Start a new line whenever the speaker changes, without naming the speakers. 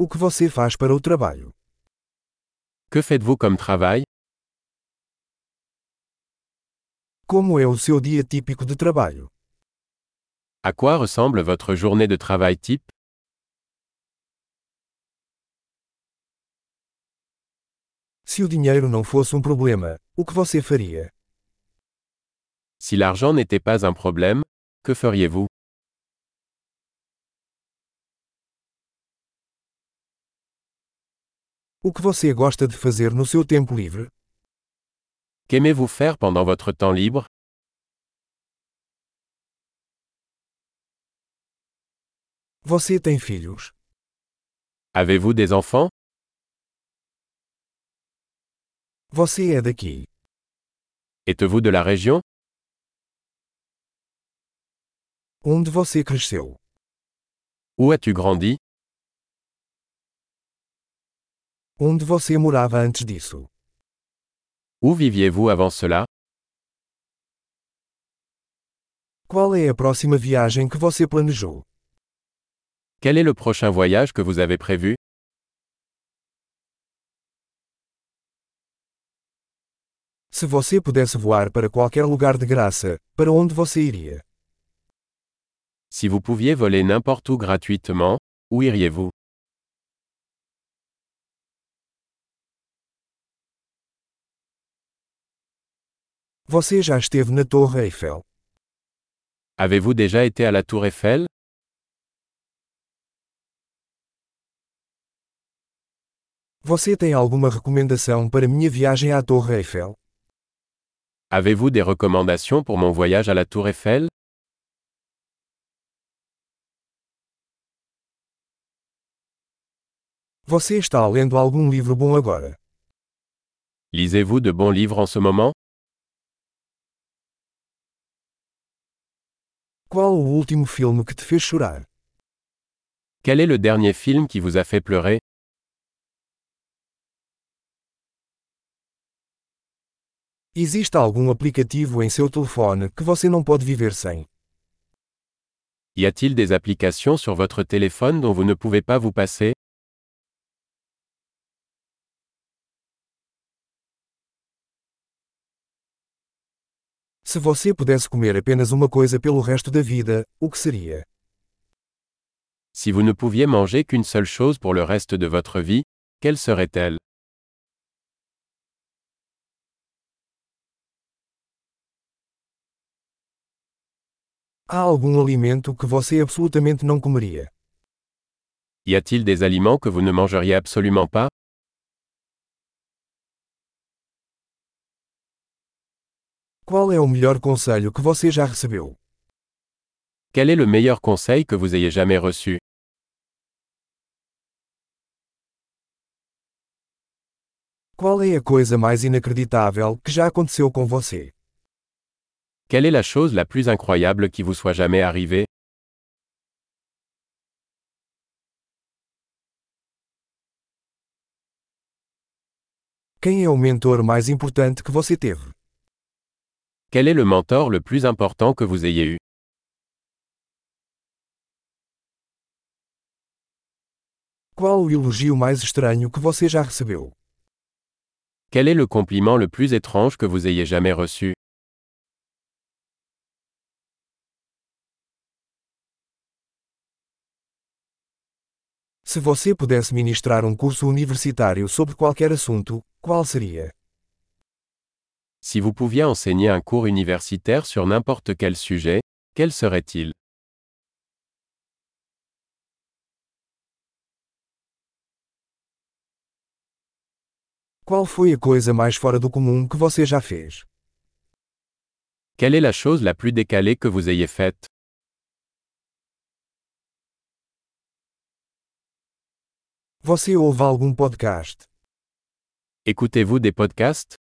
O que você faz para o trabalho?
Que faites-vous comme travail
Como é o seu dia típico de trabalho?
À quoi ressemble votre journée de travail type
Se o dinheiro não fosse um problema, o que você faria?
Si l'argent n'était pas un problème, que feriez-vous
O que você gosta de fazer no seu tempo livre?
Qu'aimez-vous faire pendant votre temps libre
Você tem filhos?
Avez-vous des enfants
Você é daqui?
Êtes-vous de la région
Onde você cresceu?
Où as-tu grandi
Onde você morava antes disso?
Où viviez-vous avant cela
Qual é a próxima viagem que você planejou?
Quel est le prochain voyage que vous avez prévu
Se você pudesse voar para qualquer lugar de graça, para onde você iria?
Si vous pouviez voler n'importe où gratuitement, où iriez-vous
Você já esteve na Torre Eiffel?
Avez-vous déjà été à la Tour Eiffel
Você tem alguma recomendação para minha viagem à Torre Eiffel?
Avez-vous des recommandations pour mon voyage à la Tour Eiffel
Você está lendo algum livro bom agora?
Lisez-vous de bons livres en ce moment
Qual o último filme que te fez chorar?
Quel est le dernier film qui vous a fait pleurer
Existe algum aplicativo em seu telefone que você não pode viver sem?
Y a-t-il des applications sur votre téléphone dont vous ne pouvez pas vous passer
Se você pudesse comer apenas uma coisa pelo resto da vida, o que seria?
Si vous ne pouviez manger qu'une seule chose pour le reste de votre vie, quelle serait-elle
Há algum alimento que você absolutamente não comeria?
Y a-t-il des aliments que vous ne mangeriez absolument pas
Qual é o melhor conselho que você já recebeu?
Quel est le meilleur conseil que vous ayez jamais reçu
Qual é a coisa mais inacreditável que já aconteceu com você?
Quelle est la chose la plus incroyable qui vous soit jamais arrivée
Quem é o mentor mais importante que você teve?
Quel est le mentor le plus important que vous ayez eu
Qual o elogio mais estranho que você já recebeu?
Quel est le compliment le plus étrange que vous ayez jamais reçu
Se você pudesse ministrar um curso universitário sobre qualquer assunto, qual seria?
Si vous pouviez enseigner un cours universitaire sur n'importe quel sujet, quel serait-il
Qual foi a coisa mais fora do comum que você já fez?
Quelle est la chose la plus décalée que vous ayez faite
Você ouve algum podcast?
Écoutez-vous des podcasts